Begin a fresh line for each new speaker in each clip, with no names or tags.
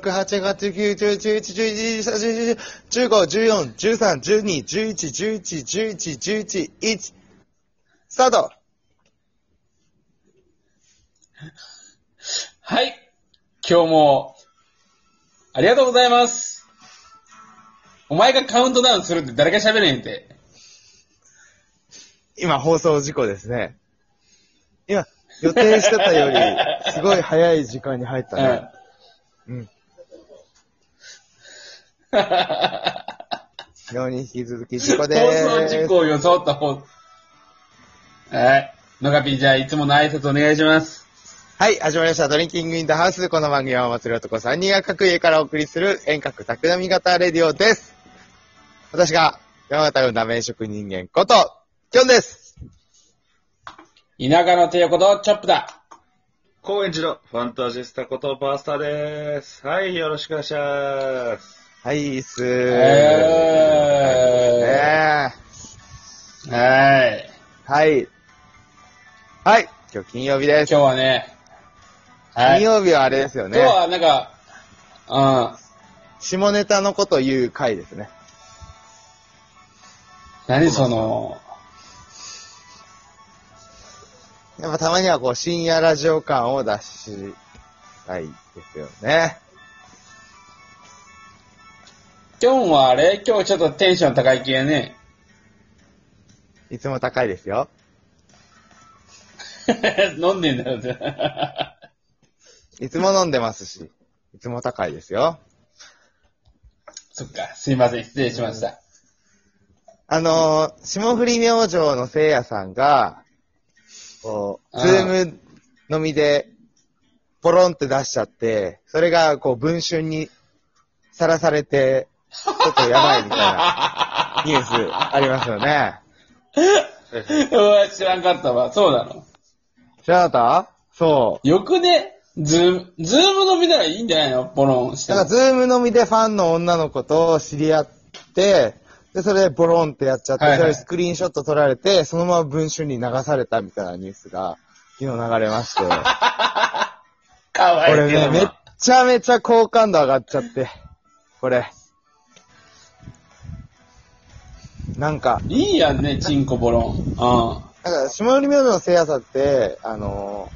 8、8、9、10、11、11、12、13、14、15、14、13、12、11、11、11、11、1、スタート
はい。今日も、ありがとうございます。お前がカウントダウンするって誰が喋れへんって。
今、放送事故ですね。今、予定してたより、すごい早い時間に入ったね。うん。4人引き続き事故
放
でーす。
送事故を装った方。はい。野上じゃあいつもの挨拶お願いします。
はい、始まりました。ドリンキングインダハウス。この番組はお祭り男3人が各家からお送りする遠隔宅並み型レディオです。私が山形のダメ職人間こと、キョンです。
田舎の手横とチョップだ。
高円寺のファンタジスタことバースターでーす。はい、よろしくお願いします。
はい、すー。
え
ね
ー、はい。
えはい。はい、今日金曜日です。
今日はね、は
金
い。今
曜日はあれですよ
日
ね。
はなんか、うん。
下ネタのこと言う回ですね。
何その、
やっぱたまにはこう深夜ラジオ感を出したいですよね。
今日はあれ今日ちょっとテンション高い系やね。
いつも高いですよ。
飲んでんだよ って。
いつも飲んでますし、いつも高いですよ。
そっか、すいません、失礼しました。
あのー、霜降り明星のせいやさんが、こう、
あ
ズ
あ
ーム飲みで、ポロンって出しちゃって、それが、こう、文春にさらされて、ちょっとやばいみたいなニュースありますよね。
うわ、 知らんかったわ。そうなの。
知らなかったそ
よくね、ズーム、ズーム飲みならいいんじゃないのポロンし
う。
て
だ
も。
から、ズーム飲みでファンの女の子と知り合って、で、それでボロンってやっちゃって、
はいはい
それスクリーンショット撮られて、そのまま文春に流されたみたいなニュースが、昨日流れまして。
かわい
これ
いけ
ね、
ど
めっ
な。
ちゃめちゃ好感度上がっちゃって。これ。なんか、
いいやんね、チンコポロン。う
なんか、下寄り明星のせいやさって、あの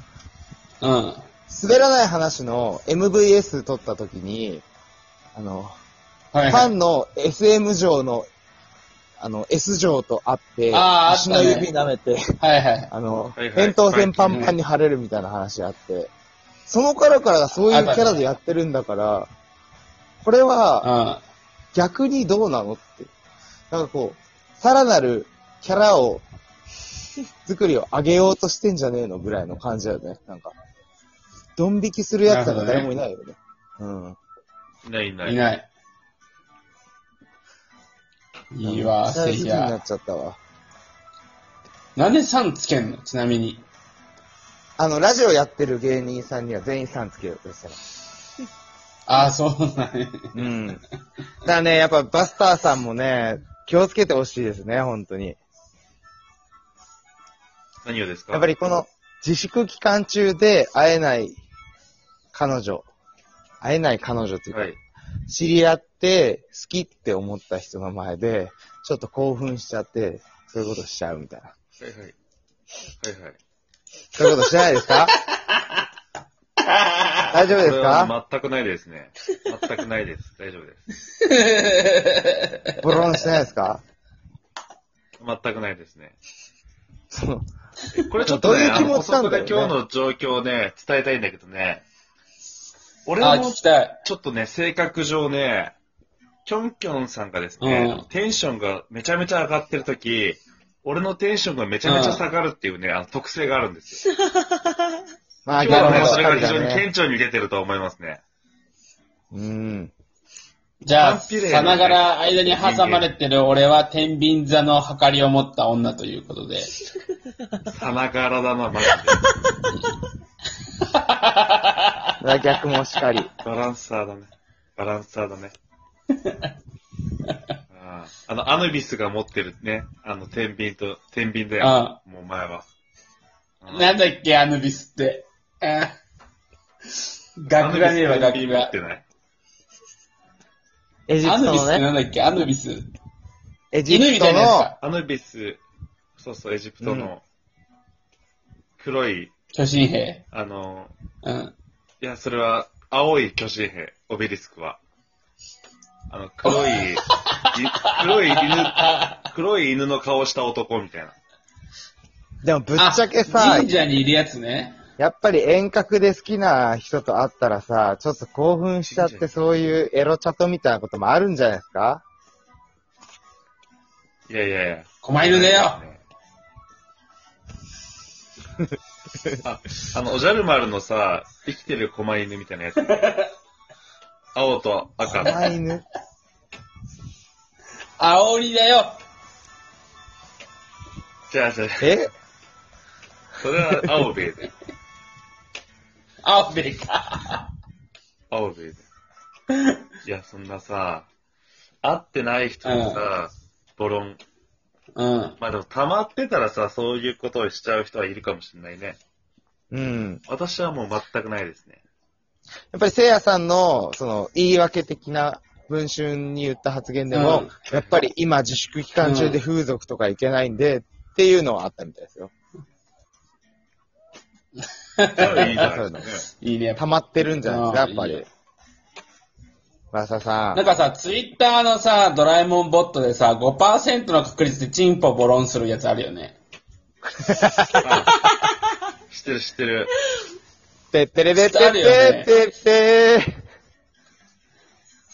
ん。うん。
ー滑らない話の MVS 撮った時に、あの、
はい
フ
は
ァ
い。
ンの SM 上の、あの、S 上と会って、
あーあっ
足
た
の
ね
指舐めて、
はいはい。
あの、
はいはい
扁桃腺パンパンに腫れるみたいな話あって、その頃からそういうキャラでやってるんだから、これは、
う。
逆にどうなのって。なんかこう、さらなるキャラを、 作りを上げようとしてんじゃねえのぐらいの感じだよね。なんか、ドン引きするやつなんか誰もいないよね。うん。
ないなんい。
い
い。
ない。いいわ、
そ
素
ういう時
敵
にな
や
っ。ちゃったわ。
なんで3つけんのちなみに。
あの、ラジオやってる芸人さんには全員さんつけようとしたら。
ああ、そうなんや。
うん。だからね、やっぱバスターさんもね、気をつけてほしいですね、本当に。
何をですか
やっぱりこの、自粛期間中で会えない彼女、会えない彼女というか、
はい。
知り合って、好きって思った人の前で、ちょっと興奮しちゃって、そういうことしちゃうみたいな。
はいはい。はいはい。
そういうことしないです か大丈夫で
こ
す
れ
か
は全くないですね。全くないです。大丈夫です。
ボロンしないですか
全くないですね。
その、
これちょっとね、
どういう気持ちなんだよね
あの補足で今日の状況をね、伝えたいんだけどね。俺
ああ、
も
聞きたい。
ちょっとね、性格上ね、キョンキョンさんがですね、
うん
テンションがめちゃめちゃ上がってるとき、俺のテンションがめちゃめちゃ下がるっていうね、あの特性があるんですよ。
まあ、
今日はね、
ば
それ
っか
が
りだ
非常に顕
ね。
著に出てると思いますね。
うん。
じゃあ、
ワンピレーのね
さながら間に挟まれてる俺は天秤座の計りを持った女ということで。
さながらだな、マジで。
逆もしかり。
バランサーだね。バランサーだね。あーあの、アヌビスが持ってるね、あの、天秤と、天秤だよ。もう前は。うん
なんだっけ、アヌビスって。あ学がねえわ、
アヌ
学
ビス天秤持
が
っ。てない。
エジ
ア
プ
ヌ
ト
ビスっ
の
て
ね、
なんだっけアヌビス。
エジ
犬
プ
みた
ト
いなやつ
の
か。
アヌビス、そうそう、エジプトの、黒い、
巨神兵。
あの、
うん。
いや、それは、青い巨神兵、オベリスクは。あの、黒い、い黒い犬、黒い犬の顔した男みたいな。
でもぶっちゃけ
あ
さ、
神社にいるやつね。
やっぱり遠隔で好きな人と会ったらさ、ちょっと興奮しちゃってそういうエロチャトみたいなこともあるんじゃないですか
いやいやいや。
狛犬だよ。
あ、あの、おじゃる丸のさ、生きてる狛犬みたいな やつ。青と赤の。
狛犬
煽りだよ。
じゃあじゃあ、
え
それは青べえで。
青べか。
青べえで。いや、そんなさ、会ってない人にさ、ボロン。
うん。
まあでも、溜まってたらさ、そういうことをしちゃう人はいるかもしれないね。
うん。
私はもう全くないです ね。
やっぱりせいやさんの、その、言い訳的な文春に言った発言でも、
うん
やっぱり今自粛期間中で風俗とか行けないんで、っていうのはあったみたいですよ。
じゃあいいじゃない
そうだね
です
いいね。やっぱ
溜まってるんじゃないですか、やっぱ
あーいい
り
ね。
マサさ
なん
ん。
かさ、ツイッターのさ、ドラえもんボットでさ、5%の確率でチンポボロンするやつあるよね。
かね。あ知ってる知ってる。
てってれれって
あ
っ
るよね
てってって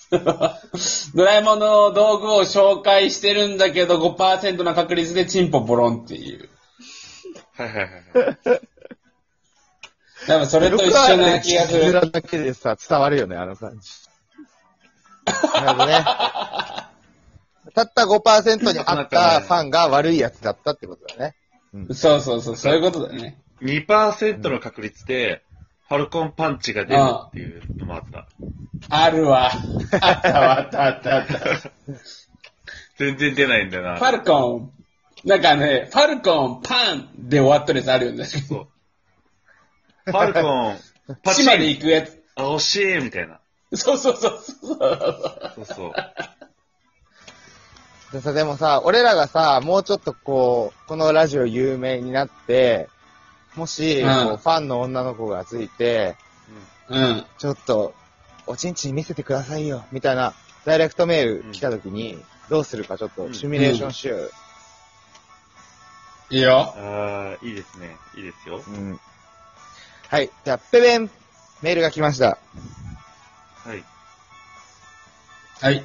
ドラえもんの道具を紹介してるんだけど、5%の確率でチンポボロンっていう。
はいはいはいはい。
多分それと一緒な気がす
よくあ
る。
ね傷だけでさ、伝わるよね、あの感じ。なるほどね。たった5%にあったファンが悪いやつだったってことだね。
そうそうそう、そういうことだね。
2%の確率で、ファルコンパンチが出るっていうのもあった。
あるわ。あったわ、あったあったあった。
全然出ないんだよな。
ファルコン、なんかね、ファルコン、パンで終わったやつあるよね。
そう。ファルコン、パチ
地まで
ン、
行くやつ。
あ、惜しいみたいな。
そうそうそうそう。
そうそう。
でさ、でもさ、俺らがさ、もうちょっとこう、このラジオ有名になって、もし、
うん
こうファンの女の子がついて、
うん。
ちょっと、おちんちん見せてくださいよ、みたいな、ダイレクトメール来た時に、どうするかちょっと、シミュレーションしようよ。
いいよ。
あー、いいですね。いいですよ。
うん。はい。じゃあ、ペペンメールが来ました。
はい。
はい。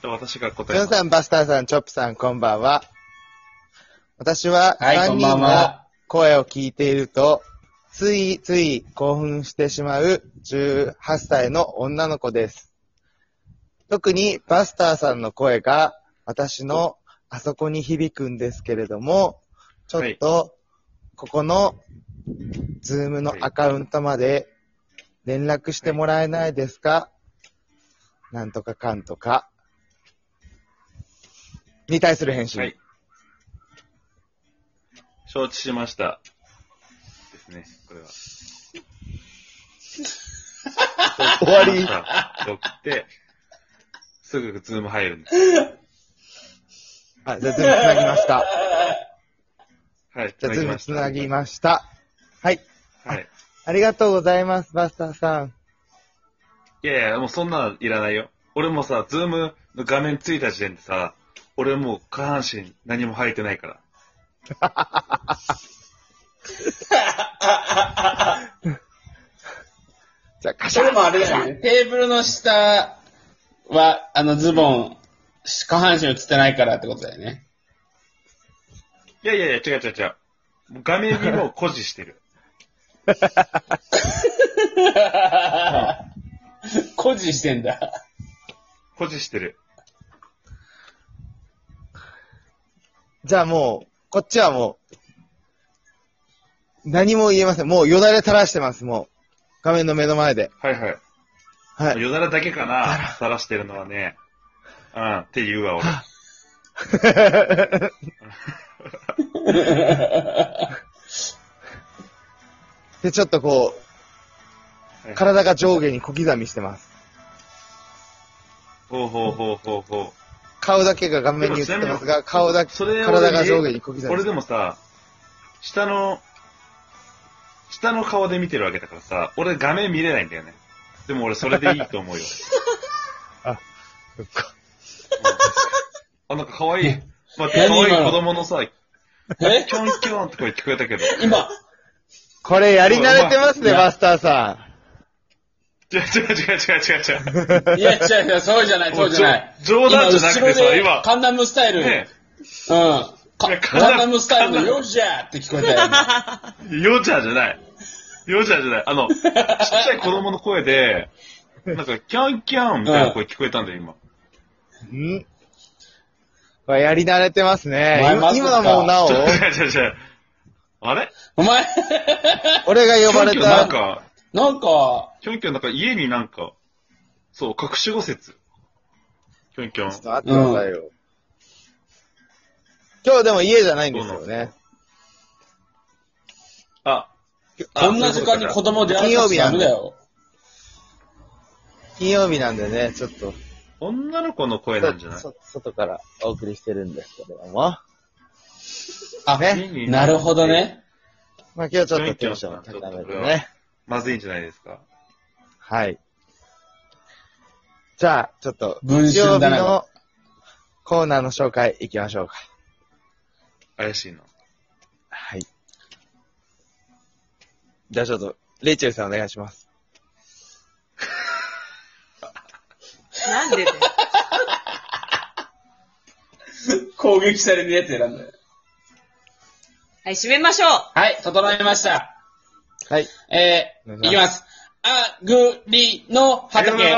じゃあ私が答
ジョン
えます。
さん、バスターさん、チョップさん、こんばんは。私は、
はい、
3
こんば
人
ん
の
は。
声を聞いていると、ついつい興奮してしまう18歳の女の子です。特にバスターさんの声が私のあそこに響くんですけれども、ちょっとここのズームのアカウントまで連絡してもらえないですかなんとかかんとか。に対する返信。
はい。承知しました。ですね、これは。
終わり。
送って、すぐズーム入るんで
はい、じゃあズームつなぎました。
はい。
じゃあズーム
し
つ
た
なぎました。はい。
はい。
ありがとうございます、バスターさん。
いやいや、もうそんなのいらないよ。俺もさ、ズームの画面ついた時点でさ、俺もう下半身何も生えてないから。
じゃあ、カシ
そ
ャ
れもあれだよね。テーブルの下は、あの、ズボン、下半身映ってないからってことだよね。
いやいやいや、違う違う違う。もう画面にもう誇示してる。
誇示してんだ。
誇示してる。
じゃあもう、こっちはもう、何も言えません。もうよだれ垂らしてます、もう。画面の目の前で。
はいはい。
はい。
よだれだけかな、さらしてるのはね。うん、って言うわ、俺。
で、ちょっとこう、体が上下に小刻みしてます。
ほうほうほうほうほう。
顔だけが顔面に映ってますが、顔だけ、
それを
体が上下に小刻み
俺でもさ、下の、下の顔で見てるわけだからさ、俺画面見れないんだよね。でも俺それでいいと思うよ。あ、なんか可愛い。待っ
何今
て、可
の
愛い子供のさ、
え
キョンキョンって声聞こえたけど。
今、
これやり慣れてますね、
うまい
マスターさ
違う違う違う違う違う違う。
いや、違う違う、そうじゃない、そうじゃない。
冗談じゃなくてさ
今後ろで
今
カンナムスタイル。
ね
うん。
いや
カ
カンナ
カンナムスタイルの
カンナ
よっしゃーって聞こえたよ。今
ヨジャじゃない。ヨジャじゃない。あの、ちっちゃい子供の声で、なんか、キャンキャンみたいな声聞こえたんだよ、今。
ん。んこれやり慣れてますね
お前マ。スター
今もなお
ちょ、違う違う違う。あれ
お前、
俺が
キ
呼ば
ョン
れ
キョンなん
た、
か、
なんか、
キョンキョンなんか家になんか、そう、隠し語説。キョンキョン。
あってくださいよ。今日でも家じゃないんですよね。
あ、あ
こんな時間に子供出会ったらダメだよ。
金曜日なんでね、ちょっと、
女の子の声なんじゃない
そ外からお送りしてるんですけれども。
あ、
ね
なるほど。ね。
まあ今日はちょっとテンション高めでね。
まずいんじゃないですか。
はい。じゃあ、ちょっと、
文
日
春
曜日
だな。
のコーナーの紹介いきましょうか。
怪しいな。
はい。じゃあちょっと、レイチェルさんお願いします。
なんでだよ
攻撃されるやつ選んだよ。
はい、締めましょう
はい、整えました。
はい。
え
お願いします
ー、いきます。あぐりの畑。